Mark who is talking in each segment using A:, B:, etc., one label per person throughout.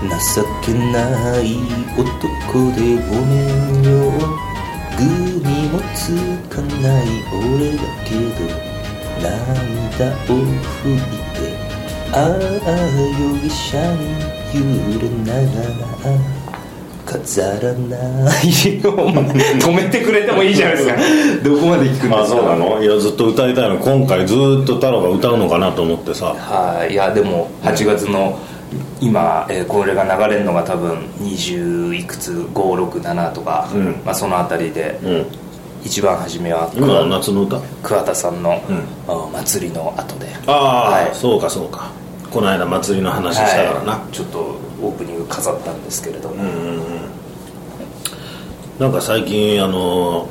A: 情けない男でごめんよグーにもつかない俺だけど涙を拭いてああ容疑者に揺れながら飾らない よお前止めてくれてもいいじゃないですか どこまで聞くんですか
B: あそうなのいやずっと歌いたいの今回ずっと太郎が歌うのかなと思ってさ
A: はい、いやでも8月の今、えーこれが流れるのが多分20いくつ567とか、
B: うん
A: まあ、その辺りで、
B: うん
A: 一番初めは
B: 今は夏の歌
A: 桑田さんの、
B: うん
A: あー祭りの後で
B: ああ、
A: はい
B: そうかそうかこの間祭りの話したからな、
A: はいちょっとオープニング飾ったんですけれども、
B: なんか最近あの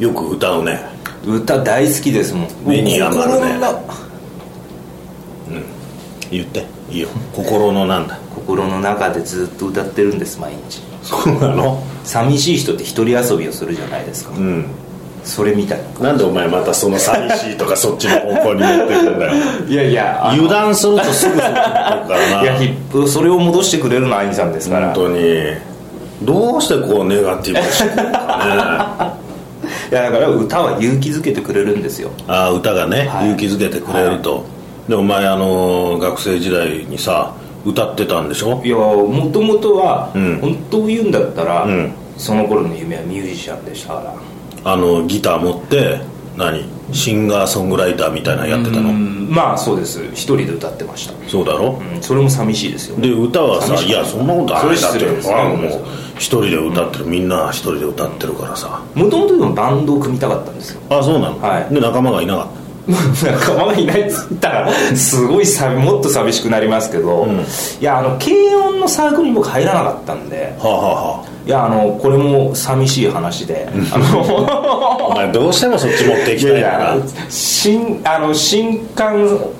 B: ーよく歌うね
A: 歌大好きですもん
B: 目に余るね
A: 心の
B: 言っていいよ心のなんだ
A: 心の中でずっと歌ってるんです毎日
B: そうなの
A: 寂しい人って一人遊びをするじゃないですか、
B: うん
A: それみたいな
B: なんでお前またその寂しいとかそっちの方向に持ってくんだよ
A: いやいや
B: 油断するとすぐそっちに行くからない
A: やヒップそれを戻してくれるのはアインさんですから
B: 本当にどうしてこうネガティブにしてくるのかね
A: いやだから歌は勇気づけてくれるんですよ
B: ああ歌がね、
A: はい
B: 勇気づけてくれると、でも前あのー学生時代にさ歌ってたんでしょ
A: いやもともとは、
B: うん
A: 本当を言うんだったら、
B: うん
A: その頃の夢はミュージシャンでしたから
B: あのギター持って何シンガーソングライターみたいなのやってた
A: う
B: の
A: んまあそうです一人で歌ってました、
B: そうだろ
A: うん、それも寂しいですよ
B: で歌はさ
A: 寂し
B: い
A: い
B: やそんなことあ
A: そ
B: れ
A: れ
B: だっ
A: 失
B: て
A: 礼です
B: ほらもう
A: うん
B: 一人で歌ってるみんな一人で歌ってるからさ
A: もともとでもバンドを組みたかったんですよ
B: あそうなの、
A: はい
B: で仲間がいなかっ
A: 仲間がいないっつったらすごいさもっと寂しくなりますけど、
B: うん
A: いやあの軽音のサークルに僕入らなかったんで
B: たはあはあはい
A: やあのこれも寂しい話であの
B: あお前どうしてもそっち持っていきたいから
A: 新あの新刊を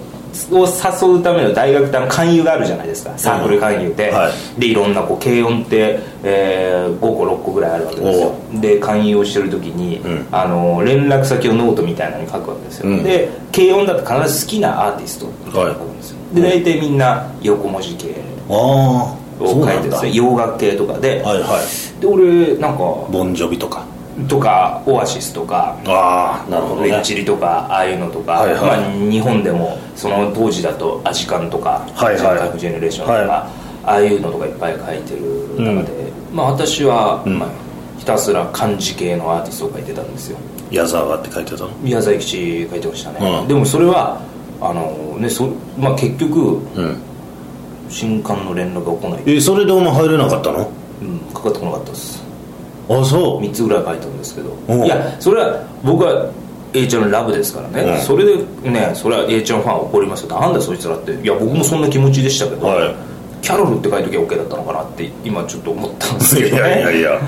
A: 誘うための大学ってあの勧誘があるじゃないですかサークル勧誘で、
B: うんは
A: でいろんなこう軽音って、え5個6個ぐらいあるわけですよで勧誘をしてる時に、
B: うん
A: あの連絡先をノートみたいなのに書くわけですよ、
B: うん
A: で軽音だと必ず好きなアーティストって書くんですよ、で大体みんな横文字系
B: ああそ
A: を書い
B: うな
A: て
B: ん
A: で
B: だ
A: すね
B: はい
A: 洋楽系とかで、
B: はい
A: で俺なんか
B: ボンジョビとか
A: とかオアシスとか
B: ああなるほどね
A: レッチリとかああいうのとか、
B: はいはい
A: まあ、日本でもその当時だとアジカンとか、
B: はいはい
A: ジャンクジェネレーションとか、
B: は
A: ああいうのとかいっぱい書いてる中で、まあ、私は、
B: うん
A: まあ、ひたすら漢字系のアーティストを書いてたんですよ
B: 矢沢って書いてたの
A: 宮沢吉書いてましたね、
B: うん
A: でもそれはあの、ねそまあ、結局
B: うん
A: 新刊の連絡が来ない、
B: えそれでお前入れなかったの
A: うん、かかってこなかったです
B: あそう
A: 3つぐらい書いたんですけ
B: おう
A: どいやそれは僕は A ちゃんのラブですからね、
B: うん
A: それでねそれは A ちゃんファンは怒りますよなんだそいつらっていや僕もそんな気持ちでしたけど、
B: は
A: キャロルって書いときゃ OK だったのかなって今ちょっと思ったんです
B: い
A: けど
B: い
A: ね
B: やいやいや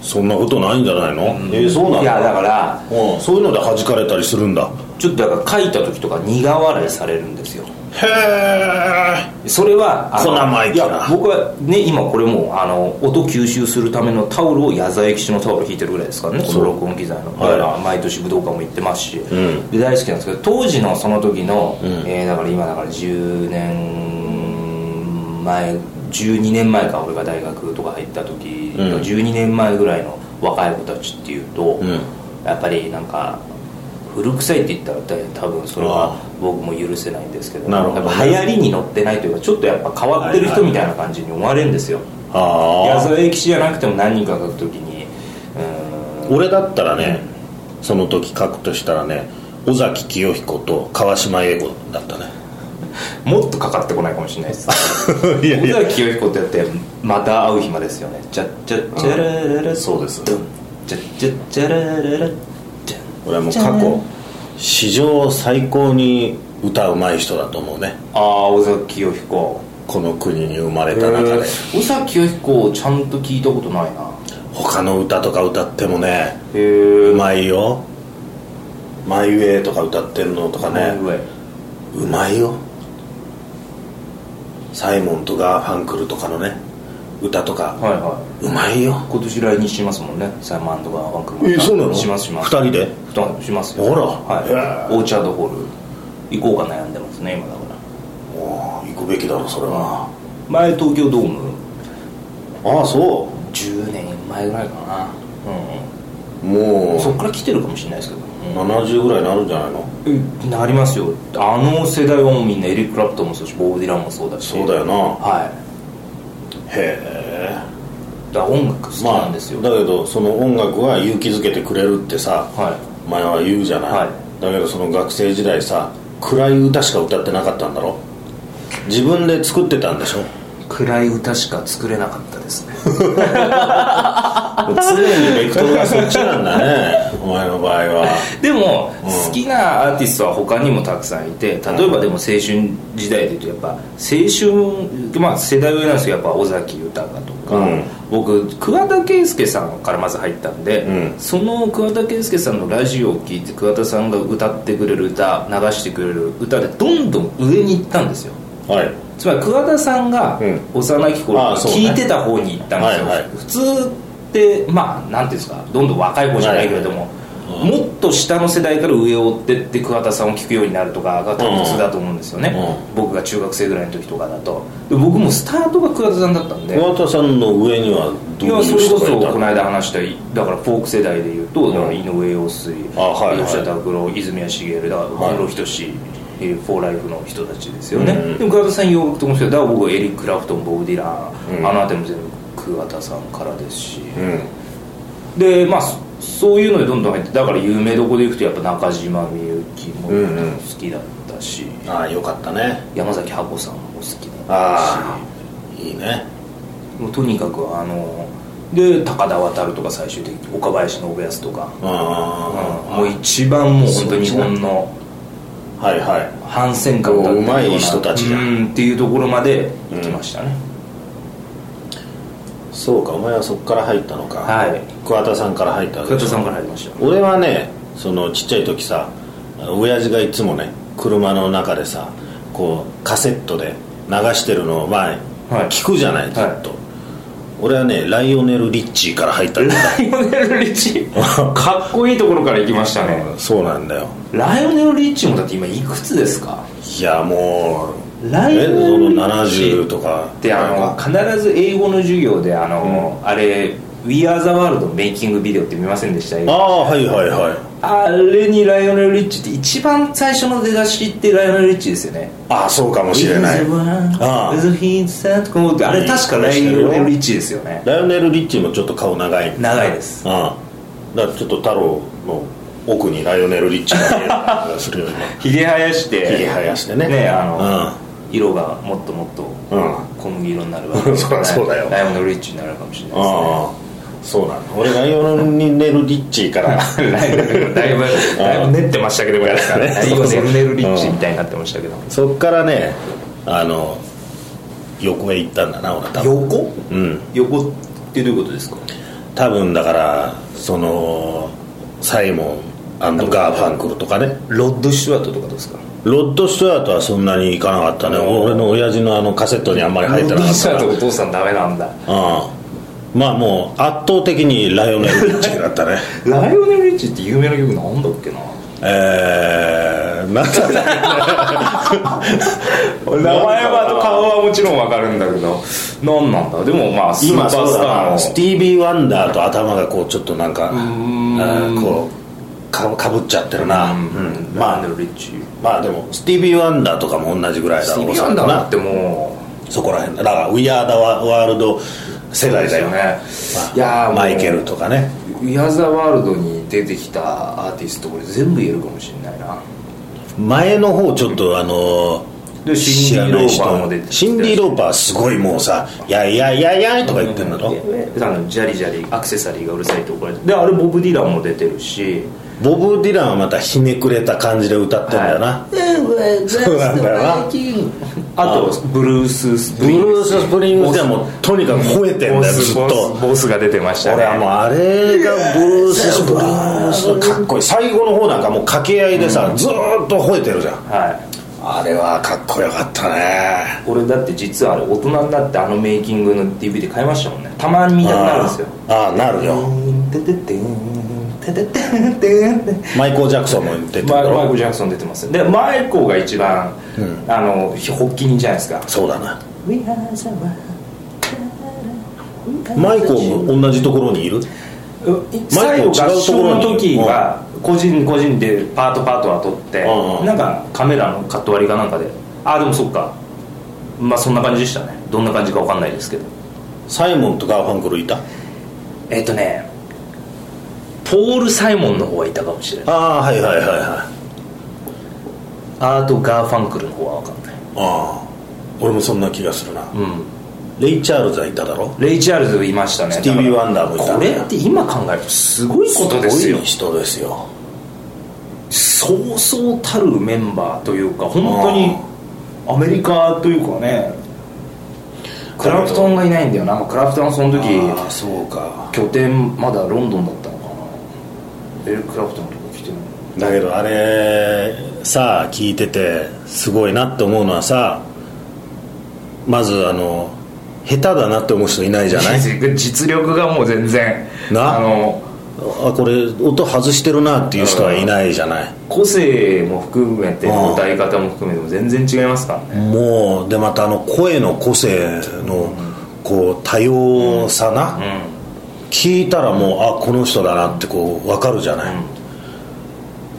B: そんなことないんじゃないのえそうなんだ
A: いやだから
B: うんそういうので弾かれたりするんだ
A: ちょっとだから書いた時とか苦笑いされるんですよ
B: へえ
A: それはあの
B: 小生意
A: い
B: 気な
A: や僕はね今これもうあの音吸収するためのタオルを矢沢永吉のタオル引いてるぐらいですからねこ
B: そ
A: の
B: う
A: 録音機材の、
B: はい
A: だから毎年武道館も行ってますし、
B: ん
A: で大好きなんですけど当時のその時の、えーだから今だから10年前12年前か俺が大学とか入った時の、
B: うん
A: 12年前ぐらいの若い子たちっていうと、
B: うん
A: やっぱりなんか古臭いって言ったら多分それは僕も許せないんですけど
B: なるほどね
A: やっぱ流行りに乗ってないというかちょっとやっぱ変わってる人みたいな感じに思われるんですよ矢
B: ああ
A: 沢永吉じゃなくても何人か書くときにう
B: 俺だったらねその時書くとしたらね尾崎清彦と川島英語だったね
A: ーんもっとかかってこないかもしれないです
B: い
A: 尾崎清彦ってやってまた会う暇ですよねチャッチャッチャララララ
B: そうです
A: ドンチャッチャッチャララララチャン
B: 俺はもう過去史上最高に歌うまい人だと思うね
A: ああ尾崎清彦
B: この国に生まれ
A: え
B: た中で
A: ー尾崎清彦をちゃんと聞いたことないな
B: 他の歌とか歌ってもね
A: へえ
B: うまいよ「マイ・ウェイ」とか歌ってるのとかねうまいよサイモンとガーファンクルとかのね歌とか
A: はいは
B: うまいよ
A: い今年来日しますもんねサイマンとかワンクルしますします
B: 2人で
A: ふたしますよ
B: ほら
A: は
B: へ
A: いオーチャードホール行こうか悩んでますね今だから
B: おー行くべきだろそれは
A: 前東京ドーム
B: ああそ
A: 10年前ぐらいかな
B: うも
A: うん
B: う
A: そっから来てるかもしれないですけど、
B: 70ぐらいになるんじゃないの
A: うんなりますよあの世代はもうみんなエリック・クラプトンもそうだしボー・ディランもそうだし
B: そうだよな
A: はい
B: へえ
A: だから音楽好き
B: ま
A: な
B: あ
A: んですよ、
B: だけどその音楽は勇気づけてくれるってさ
A: はい
B: 前は言うじゃない、
A: はい
B: だけどその学生時代さ暗い歌しか歌ってなかったんだろ自分で作ってたんでしょ
A: 暗い歌しか作れなかったですね
B: もう常にベクトルがそっちな んだねお前の場合は
A: でも、
B: ん
A: 好きなアーティストは他にもたくさんいて例えばでも青春時代で言うとやっぱ青春まあ世代上なんですけどやっぱ尾崎豊とか、
B: うん
A: 僕桑田佳祐さんからまず入ったんで、
B: うん
A: その桑田佳祐さんのラジオを聴いて桑田さんが歌ってくれる歌流してくれる歌でどんどん上に行ったんですよ
B: はい
A: つまり桑田さんが
B: うん
A: 幼き頃
B: あ
A: か
B: あ
A: ら
B: そうね
A: 聞いてた方に行ったんですよ、
B: はいはい
A: 普通ってまあなんていうんですかどんどん若い方じゃないけれども、
B: はい
A: もっと下の世代から上を追ってって桑田さんを聞くようになるとかが多分普通だと思うんですよね、
B: う
A: 僕が中学生ぐらいの時とかだとで僕もスタートが桑田さんだったんで
B: 桑田さんの上にはど
A: いう
B: い
A: や
B: う
A: それ
B: 人
A: こ
B: がい
A: そ
B: た
A: この間話したいだからフォーク世代でいうと、だから井上陽水、
B: あはいはい
A: 吉田拓郎泉谷しげるだから
B: はい
A: 小室仁志、えーフォーライフの人たちですよね、
B: うん
A: でも桑田さん洋楽ともそうだから僕はエリック・クラフトンボブ・ディラン、
B: うん
A: あの辺りも全部桑田さんからですし、
B: うん
A: でまあそそういうのでどんどん入ってだから有名どこでいくとやっぱ中島みゆきも
B: うんうん
A: 好きだったし、
B: ああよかったね
A: 山崎ハコさんも好きだったし
B: ああいいね
A: もうとにかくあので高田渉とか最終的に岡林信康とか、
B: うんうんうん
A: もう一番もう本当に日本の
B: はいはい
A: 反戦感だったりとか
B: うまい人たちだ
A: うんっていうところまで行きましたね、
B: そうかお前はそっから入ったのか
A: はい
B: 桑田さんから入ったわけ
A: 桑
B: でし
A: 田
B: ょ
A: さんから入りました
B: 俺はねそのちっちゃい時さ親父がいつもね車の中でさこうカセットで流してるのを前、
A: はい
B: 聞くじゃないずっと、
A: はい
B: 俺はねライオネル・リッチーから入ったんだ
A: ライオネル・リッチかっこいいところから行きましたね
B: そうなんだよ
A: ライオネル・リッチもだって今いくつですか
B: いやもう
A: ライ
B: えそ
A: オネル・
B: の
A: リッチ
B: 70とか
A: であ
B: なんか
A: の必ず英語の授業であの、あれ「We Are the World」のメイキングビデオって見ませんでした
B: ああはいはいはい
A: あれにライオネル・リッチって一番最初の出だしってライオネル・リッチですよね
B: ああそうかもしれないあ
A: ああ
B: あ
A: れ確かライオネル・リッチですよね
B: ライオネル・リッチーもちょっと顔長いうん
A: 長いです
B: だからちょっと太郎の奥にライオネル・リッチーが見える感じがするよね
A: ひげ生やして
B: ひげ生やしてね
A: ねあの、
B: うん
A: 色がもっともっと
B: う
A: 小麦色になるわけです
B: そりゃそうだよ
A: ライオネル・リッチになるかもしれない
B: ああそうなの俺ライオネル・リッチーから
A: ですねライオネルだいぶだいぶ練ってましたけどこれから ねライオネル・リッチみたいになってましたけど
B: そっからねあの横へ行ったんだな俺多分
A: 横
B: うん
A: 横ってどういうことですか
B: 多分だからそのサイモンガーファンクルとかね
A: ロッド・シュワートとかどうですか
B: ロッド・スチュワートはそんなに行かなかったね俺の親父のあのカセットにあんまり入ってなかったから
A: お父さんダメなんだ
B: うんまあもう圧倒的にライオネル・リッチーだ ったね
A: ライオネル・リッチって有名な曲なんだっけな
B: えー、なんだっけ
A: 名前はと顔はもちろんわかるんだけどなんなんだでもまあスーパ
B: 今
A: ー
B: そう
A: スター
B: だ
A: の
B: なスティービー・ワンダーと頭がこうちょっとなんかあーこうかかぶっちゃってるな、うん
A: まあ
B: ま
A: ネ
B: あ
A: ル・リッチ
B: まあでもスティービー・ワンダーとかも同じぐらいだ
A: ステ
B: ろ
A: ィー
B: う
A: ビー・ワンダーだっ
B: な
A: ても
B: そこら辺だから「ウィアー・ダ・ワールド」世代だよ
A: そうで
B: ね
A: すよね
B: まあ
A: いやーもう
B: マイケルとかね
A: う「ウィア・ザ・ワールド」に出てきたアーティストこれ全部言えるかもしれないな
B: 前の方ちょっとあの
A: でシンディローパーも出てきて
B: シンディ・ローパーすごいもうさ「やいやいやいやい」とか言ってんだろ
A: あのジャリジャリアクセサリーがうるさいと怒られてであれボブ・ディランも出てるし
B: ボブ・ディランはまたひねくれた感じで歌ってんだよな、そうなんだよな
A: あとブルース・スプ
B: ブ
A: リング
B: ルース・スプリングスではもうとにかく吠えてん
A: ボ
B: だよず
A: ス
B: っ
A: ボ
B: と
A: スボスが出てました
B: 俺はもう
A: ね
B: あれがブルース・スプリングスかっこいい最後の方なんかもう掛け合いでさ、ずーっと吠えてるじゃん
A: はい
B: あれはかっこよかったね
A: 俺だって実はあれ大人になってあのメイキングの DVD 買いましたもんねたまに見たくなるんですよ
B: ああなるよマイコー・ジャクソンも出てるだ
A: マイマイ
B: ろ
A: コ・ジャクソン出てますでマイコが一番、あの発起人じゃないですか
B: そうだな
C: We are the one
B: マイコも同じところにいるマイ
A: 最
B: ク
A: 後
B: を違うところ
A: 合
B: に
A: 唱の時は個人個人でパートパートは取って
B: うんうん
A: なんかカメラのカット割りかなんかでああでもそっかまあそんな感じでしたねどんな感じかわかんないですけど
B: サイモンとガーファンクルいた
A: えっとねポール・サイモンの方はいたかもしれない
B: ああはいはいはいはいあ
A: アート・ガーファンクルの方はわかんない
B: あ俺もそんな気がするな
A: うん
B: レイ・チャールズはいただろ
A: レイ・チャールズいましたね
B: スティービー・ワンダーもいた
A: これって今考えるとすごいことですよ
B: すごい人ですよ
A: そうそうたるメンバーというか本当にアメリカというかねクラプトンがいないんだよなクラプトンはその時
B: ああそうか
A: 拠点まだロンドンだったのかなエル・クラプトンとか来てる
B: だけどあれさあ聞いててすごいなって思うのはさまずあの下手だなって思う人いないじゃない
A: 実力がもう全然
B: な
A: あの
B: あこれ音外してるなっていう人はいないじゃない
A: 個性も含めて
B: うん
A: 歌い方も含めても全然違いますからね
B: もうでまたあの声の個性のこう多様さな、聞いたらもうあこの人だなってこう分かるじゃない、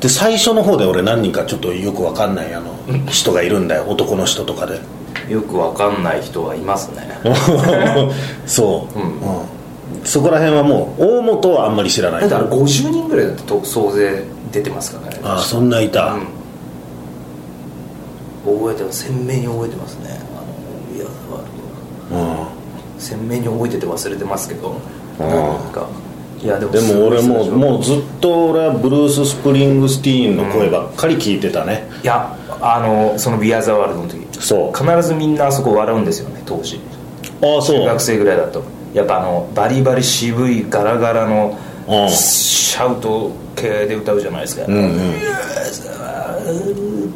B: で最初の方で俺何人かちょっとよく分かんないあの人がいるんだよ男の人とかで
A: よくわかんない人はいますね
B: そう、
A: うん
B: うんそこら辺はもう大元はあんまり知らな
A: だ
B: い
A: ってあれ50人ぐらいだと総勢出てますからね
B: ああそんないた、
A: うん、覚えてます鮮明に覚えてますねあのいやワール
B: うん
A: ド鮮明に覚えてて忘れてますけど
B: うん
A: なんかいやでも
B: でも俺も
A: す
B: う
A: ごい
B: もうずっと俺はブルース・スプリングスティーンの声ばっかり聞いてたね、
A: いやあのその「ビアザワールドの時
B: そう
A: 必ずみんなあそこ笑うんですよね当時
B: ああそう
A: 学生ぐらいだとやっぱあのバリバリ渋いガラガラの
B: うん
A: シャウト系で歌うじゃないですか、
B: うんうん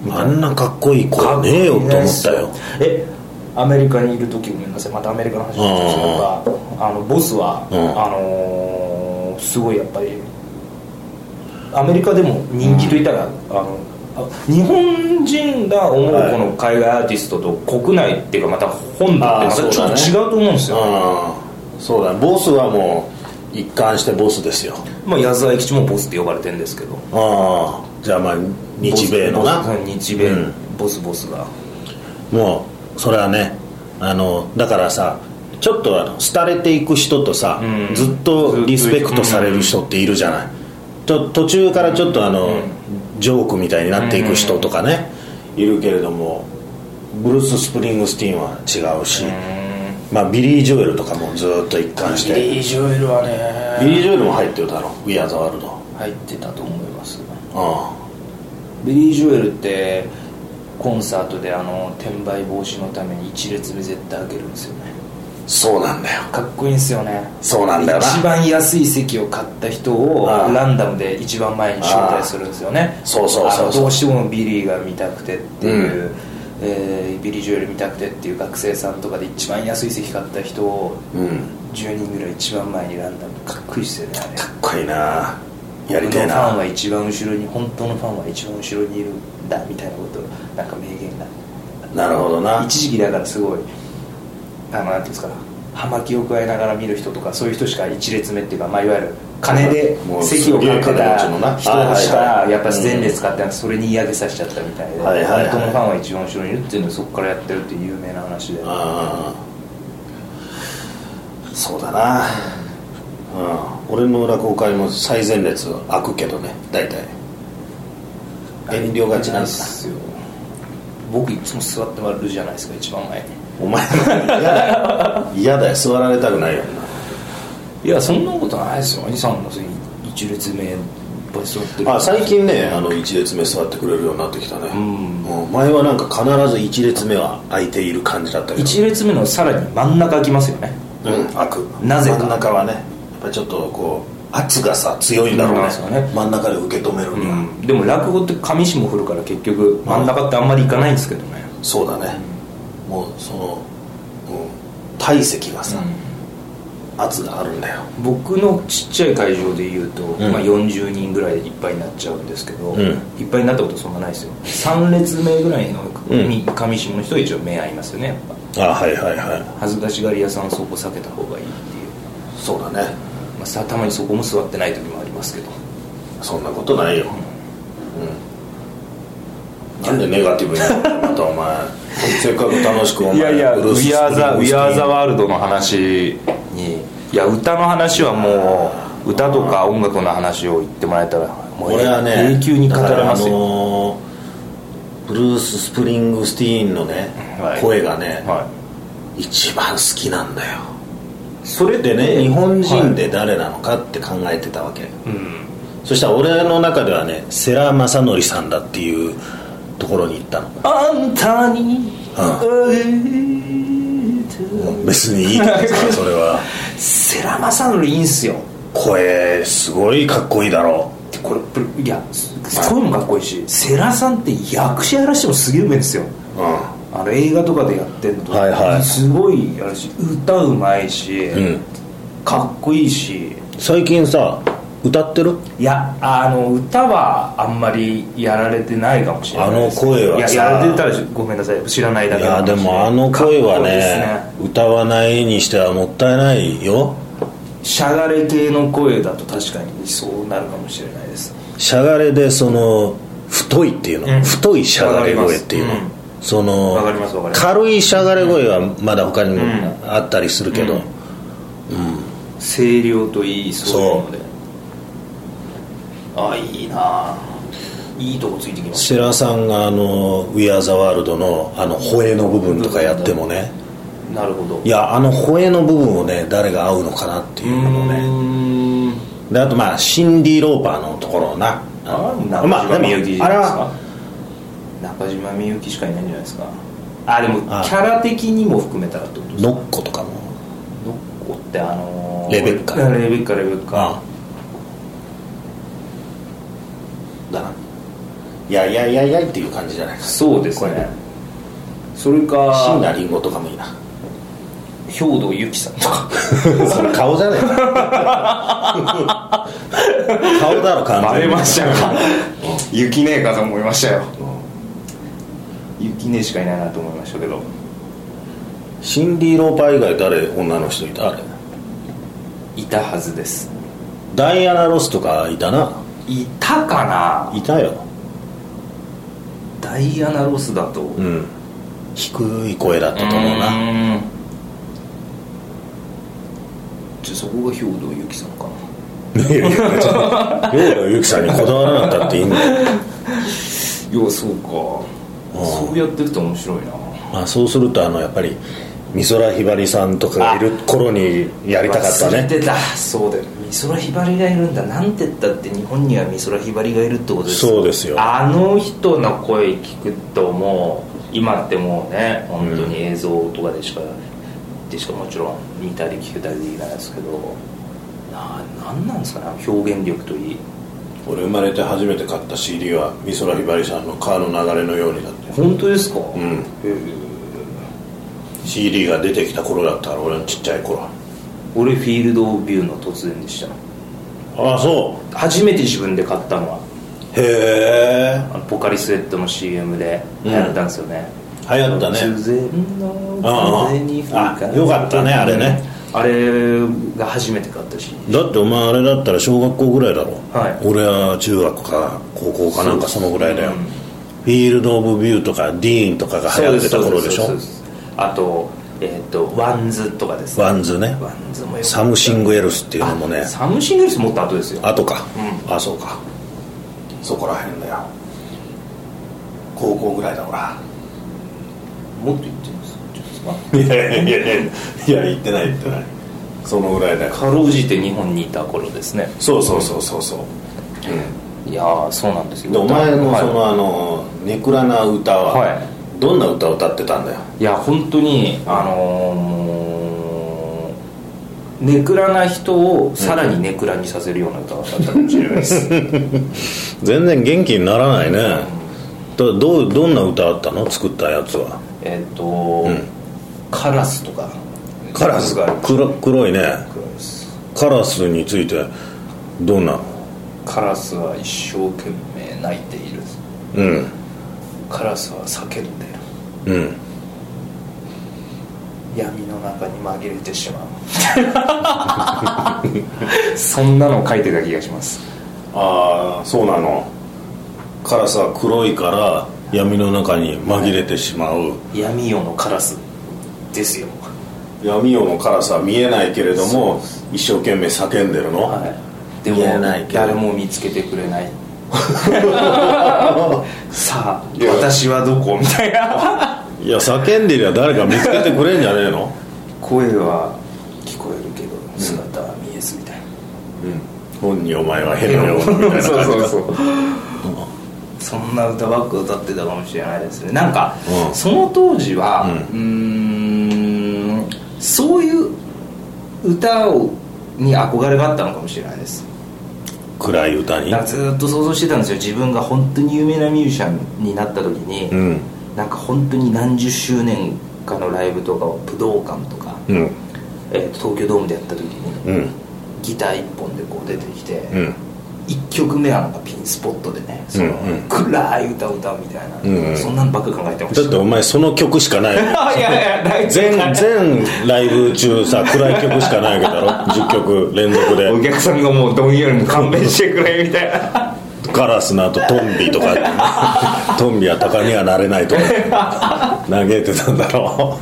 B: あんなかっこいい子ねえよと思ったよ
A: えアメリカにいる時ごめんなさいまたアメリカの話なんですけどあのボスは、
B: うん
A: あのーすごいやっぱりアメリカでも人気といったら、あのあ日本人が思うこ
B: はい
A: の海外アーティストと国内っていうかまた本土って
B: あー
A: またちょっと違
B: そうう
A: と思うんですよ、
B: うんそうだボスはもう一貫してボスですよ
A: まあ、矢沢永吉もボスって呼ばれてるんですけど
B: ああじゃあまあ日米のな
A: ボスボス日米、
B: うん
A: ボスボスが
B: もうそれはねあのだからさちょっとあの廃れていく人とさ、
A: うん
B: ずっとリスペクトされる人っているじゃない、と途中からちょっとあの、ジョークみたいになっていく人とかね、いるけれどもブルース・スプリングスティーンは違うし、まあ、ビリー・ジョエルとかもずっと一貫してビリー・ジョエルはねビリー・ジョエルも入ってるだろ「We Are the World
A: 入ってたと思います」
B: あ
A: ビリー・ジョエルってコンサートであの転売防止のために一列目絶対開けるんですよね
B: そうなんだよ
A: かっこいいんですよね
B: そうなんだよな
A: 一番安い席を買った人を
B: ああ
A: ランダムで一番前に招待するんですよね
B: ああそうそうそうそう
A: あのどうしてもビリーが見たくてっていう、
B: うん
A: えービリー・ジョエル見たくてっていう学生さんとかで一番安い席買った人を
B: うん
A: 10人ぐらい一番前にランダムかっこいいですよねあれ
B: かっこいいなやりたい
A: 僕のファ
B: な
A: ンは一番後ろに本当のファンは一番後ろにいるんだみたいなことなんか名言が
B: なるほどな
A: 一時期だからすごいあのなんていうんですか葉巻を加えながら見る人とかそういう人しか一列目っていうか、まあ、いわゆる金で
B: もう
A: 席を買って
B: すげえ金持ちの
A: た
B: な
A: 人し
B: はいはい
A: か
B: はい
A: やっぱ前列買ってそれに嫌げさせちゃったみたいで
B: はいはいはい
A: 本当のファンは一番後ろにいるっていうのでそこからやってるっていう有名な話で
B: ああそうだなうん俺の落語会も最前列開くけどね大体遠慮がちなん
A: で
B: だ
A: すよ僕いつも座ってもらうじゃないですか一番前に
B: お前嫌だよ嫌だよ座られたくないよ
A: いやそんなことないですよ兄さんも一列目バスって
B: あ最近ねあの一列目座ってくれるようになってきたね、
A: ん
B: う前はなんか必ず一列目は空いている感じだったけど
A: 一列目のさらに真ん中開きますよね
B: うん開く
A: なぜか
B: 真ん中はねやっぱりちょっとこう圧がさ強いんだろう
A: うん
B: ね
A: ですよね
B: 真ん中で受け止めるには、
A: でも落語って上下振るから結局真ん中ってあんまりいかないんですけどね
B: そうだね、もうその、うん、体積がさ、圧があるんだよ
A: 僕のちっちゃい会場でいうと、
B: ん
A: まあ、40人ぐらいでいっぱいになっちゃうんですけど、
B: うん
A: いっぱいになったことそんなないですよ3列目ぐらいの
B: うん
A: に上下の人は一応目合いますよねやっぱ
B: あはいはいは
A: 恥ずかしがり屋さんはそこ避けた方がいいっていう、
B: いそうだね
A: まあ、さたまにそこも座ってない時もありますけど
B: そんなことないよ、うん、なんでネガティブになったのまたお前せっかく楽しくお前
A: いやいや「
B: ブ
A: ウ
B: ルス
A: ィアーザ・ウ
B: スプリングス
A: ィア
B: ティーン
A: ーザワールドの話にいや歌の話はもう歌とか音楽の話を言ってもらえたらもう
B: 俺はね
A: 永久に語れます
B: だからあ
A: よ
B: のーブルース・スプリングスティーンのね、
A: はい
B: 声がね、
A: は
B: 一番好きなんだ
A: い
B: よ
A: それで
B: でね
A: ね
B: 日本人で誰なのかって考えてたわけ、
A: うん
B: そしたら俺の中ではね世良正則さんだっていうところに行ったの
A: あんたに
B: あ
A: あげた
B: 別にいいけどさそれ は
A: 世良正則いいんすよ
B: 声すごいかっこいいだろ
A: でこれプルいや声もかっこいいし世良さんって役者やらしてもすげえうめえんですよ
B: うう
A: あの映画とかでやってんのと
B: はいはい
A: すごいやるし歌うまいし、
B: ん、
A: かっこいいし
B: 最近さ歌ってる
A: いやあの歌はあんまりやられてないかもしれないです
B: あの声はい
A: や
B: さ
A: やられてたらごめんなさい知らないだ
B: い
A: けの
B: や
A: 話
B: でもあの声はね
A: かっこいいで
B: 歌わないにしてはもったいないよ
A: すねしゃがれ系の声だと確かにそうなるかもしれないです
B: しゃがれでその太いっていうの、
A: うん
B: 太いしゃがれ声っていうの、
A: わかります
B: その
A: わかりますわかります
B: 軽いしゃがれ声はまだ他にも
A: うん
B: あったりするけど、
A: うん声量といいそういうのであいいなあいいとこついてきまし
B: 世良さんがあの「We Are the World の」あの吠えの部分とかやってもね
A: たなるほど
B: いやあの吠えの部分をね誰が合うのかなって
A: う
B: いうのもね
A: ーん
B: であとまあシンディ・ローパーのところな
A: あ
B: の
A: 中島みゆきじゃ
B: あ
A: な
B: れ
A: いです
B: は
A: か中島みゆきしかいないんじゃないですかあでも
B: あ
A: キャラ的にも含めたらってことですか
B: ノッコとかも
A: どこってあのー
B: レベッカ
A: レベッカレベッカ
B: だな「いやいやいやいやい」っていう感じじゃないか
A: そうですねそれか
B: 椎名林檎とかもい いな
A: 兵道由紀さんとか
B: それ顔じゃねえ か顔だろ完全に
A: たか雪姉かと思いましたよ雪姉しかいないなと思いましたけど
B: シンディ・ローパー以外誰女の人いたあれ
A: いたはずです
B: ダイアナ・ロスとかいたない
A: たかない
B: たよ
A: ダイアナ・ロスだと
B: うん低い声だったと思う な
A: なじゃあそこが兵道由紀さんかな
B: 要はゆきさんにこだわらなかったっていい んだよ、
A: いやそうかそうやってると面白いな
B: まあ、そうするとあのやっぱり美空ひばりさんとかがいる頃にやりたかった
A: 忘
B: ね
A: れてたそうだよ美空ひばりがいるんだなんて言ったって日本には美空ひばりがいるってことです
B: そうですよ
A: あの人の声聞くともう今ってもうね本当に映像とかでしか、でしかもちろん見たり聞けたりできないですけどななんなんですかね表現力といい
B: 俺生まれて初めて買った CD は美空ひばりさんの「川の流れのように」だって
A: 本当ですか、
B: う
A: へ
B: ん
A: ー
B: CD が出てきた頃だったら俺のちっちゃい頃
A: 俺フィールド・オブ・ビューの突然でした
B: ああそ
A: 初めて自分で買ったのは
B: うへえ
A: あのポカリスエットの CM で
B: うん
A: やったんですよね、
B: 流行ったね
A: あ
B: あああよかったねあれね
A: あれが初めて買ったし
B: だってお前あれだったら小学校ぐらいだろ、
A: はい
B: 俺は中学か高校かなんかそのぐらいだ
A: う
B: よ、
A: ん
B: フィールド・オブ・ビューとかディーンとかが流行ってた頃でし
A: そうす
B: ょ
A: そうですあとえっ、とワンズとかですね
B: ワンズね
A: ワンズもよかった
B: サムシング・エルスっていうのもね
A: あサムシングルスもっと後ですよ
B: 後か、
A: う
B: あそうかそこらへんだよ高校ぐらいだほら
A: もっと言ってますちょっとすまん
B: いやいやいやいや言ってない言ってないそのぐらいだよ
A: かろうじて日本にいた頃ですね
B: そうそうそうそうそう、
A: いやーそうなんです
B: う
A: よ
B: ん、でお前のその、
A: は
B: あのネクラな歌は、
A: はい
B: どんな歌を歌ってたんだよ
A: い、いや本当にあのーもうネクラな人をさらにネクラにさせるような歌だったかもしれないです
B: 全然元気にならないね、どどうどんな歌あったの作ったやつは
A: えっ、と、カラスとか
B: カラス
A: があ
B: が
A: る
B: 黒黒いね
A: カラス
B: カラスについてどんな
A: カラスは一生懸命泣いている
B: うん
A: カラスは叫んでいる
B: うん
A: 闇の中に紛れてし まう そんなのを書いてた気がします
B: ああそうなのからさ黒いから闇の中に紛れてしまう
A: 闇夜のカラスですよ
B: 闇夜の辛さは見えないけれども一生懸命叫んでるの、
A: はい、で
B: 言
A: も
B: えないけど
A: 誰も見つけてくれない さあ
B: いや、
A: 私はどこみたいない
B: や叫んでりゃ誰か見つけてくれんじゃねえの
A: 声は聞こえるけど姿は見えずみたいな、
B: うん本にお前は変のようなみたいな感 じだ
A: うそんな歌ばっか歌ってたかもしれないですねなんか、
B: うん
A: その当時はう
B: う
A: ーんそういう歌をに憧れがあったのかもしれないです
B: 暗い歌に
A: だからずっと想像してたんですよ自分が本当に有名なミュージシャンになった時に、
B: うん
A: なんか本当に何十周年かのライブとかを武道館とか、
B: うん
A: えーと東京ドームでやった時に、
B: うん
A: ギター1本でこう出てきて、
B: うん
A: 1曲目はなんかピンスポットでねその、
B: うんうん
A: 暗い歌を歌うみたいな、
B: うんうん
A: そんなのばっか考えてま
B: だ
A: し
B: ったてお前その曲しかな い
A: いやいや大
B: 全全ライブ中さ暗い曲しかないわけだろ10曲連続で
A: お客さんがもうどんよりも勘弁してくれみたいな
B: ガラスの後トンビとか トンビは鷹にはなれないとか嘆いてたんだろ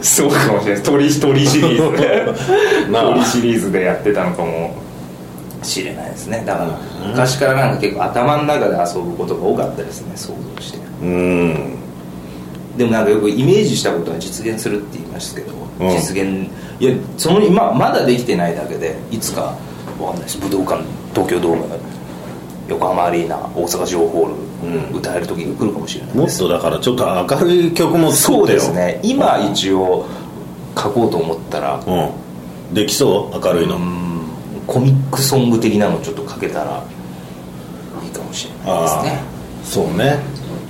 A: そうかもしれない鳥 鳥シリーズ
B: う なあ
A: 鳥シリーズでやってたのかもしれないですねだから昔からなんか結構頭の中で遊ぶことが多かったですね想像して
B: うん
A: でもなんかよくイメージしたことは実現するって言いますけど、
B: うん
A: 実現いやその今まだできてないだけでいつかわかんないです武道館東京ドーム横浜アリーナ大阪城ホール、歌える時が来るかもしれない
B: も
A: で
B: っ
A: す
B: とだからちょっと明るい曲も
A: そ
B: 作
A: う
B: ってよ
A: ですね今一応書こうと思ったら、
B: うんできそう明るいの、
A: うんコミックソング的なのちょっと書けたらいいかもしれないです
B: あ
A: ね
B: あそうね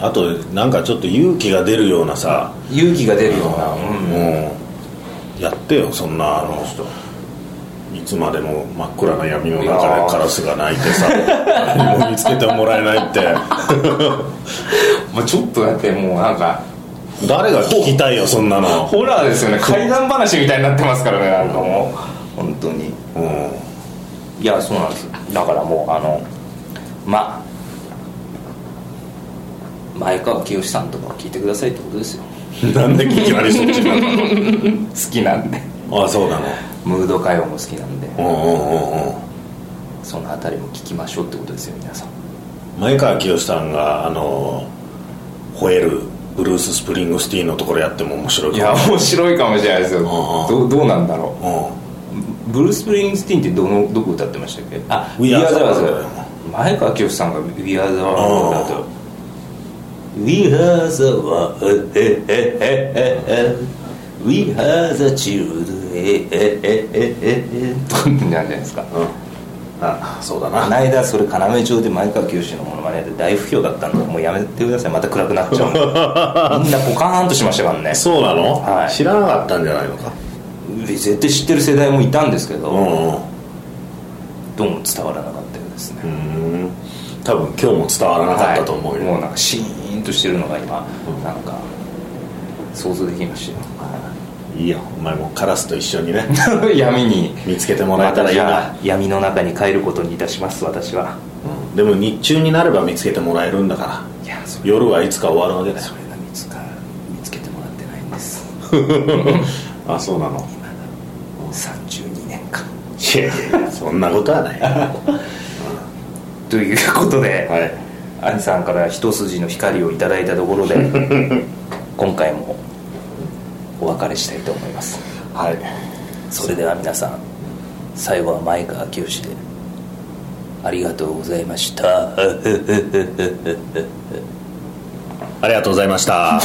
B: あとなんかちょっと勇気が出るようなさ
A: 勇気が出るような、うん
B: うんやってよそんなあの
A: 人
B: いつまでも真っ暗な闇の中でカラスが鳴いてさ何も見つけてもらえないって
A: まあ、ちょっとだってもうなんか
B: 誰が聞きたいよそんなの
A: ホラーですよね怪談話みたいになってますからねなんかもう本当に
B: うん
A: いやそうなんですだからもうあのま前川清さんとかを聞いてくださいってことですよ
B: なんでいきなりそっちなの
A: 好きなんで
B: ああそうなの
A: ムード歌謡も好きなんで
B: うんうんうんうん
A: そのあたりも聞きましょうってことですよ皆さん
B: 前川清さんがあの吠えるブルース・スプリングスティーンのところやっても面白い
A: い
B: か
A: や
B: も
A: 面白いかもしれないですよ
B: んうん
A: どうどうなんだろ
B: う
A: うブルース・プリングスティーンってどのどこ歌ってましたっけあ
B: We Are the World
A: 前川清さんが「We Are the World」だと「We Are the World」ええええ「We Are the Children」ええええええとんなんじゃないですか
B: ん、うん、あそうだ
A: こ
B: な
A: の間それ要町で前川清のものまねで大不評だったんでもうやめてくださいまた暗くなっ ちゃうんでみんなポカーンとしましたからね
B: そうなの、
A: はい
B: 知らなかったんじゃないのか
A: 絶対知ってる世代もいたんですけど、
B: うん
A: どうも伝わらなかったようですね、
B: うんうん多分今日も伝わらなかったと思う
A: は
B: よ、
A: いもうなんかシーンとしてるのが今、なんか想像できましたよ、
B: い、いよお前もカラスと一緒にね
A: 闇に
B: 見つけてもらえたらいいな、
A: また闇の中に帰ることにいたします私は
B: うんでも日中になれば見つけてもらえるんだから
A: いやそれ
B: 夜はいつか終わるわけだよ
A: それが見つか見つけてもらってないんです
B: あそうなの
A: 今だ32年間
B: いやいやいやそんなことはない
A: ということで、
B: はい
A: 兄さんから一筋の光をいただいたところで今回もお別れしたいと思います
B: はい
A: それでは皆さん最後は前川清でありがとうございました
B: ありがとうございました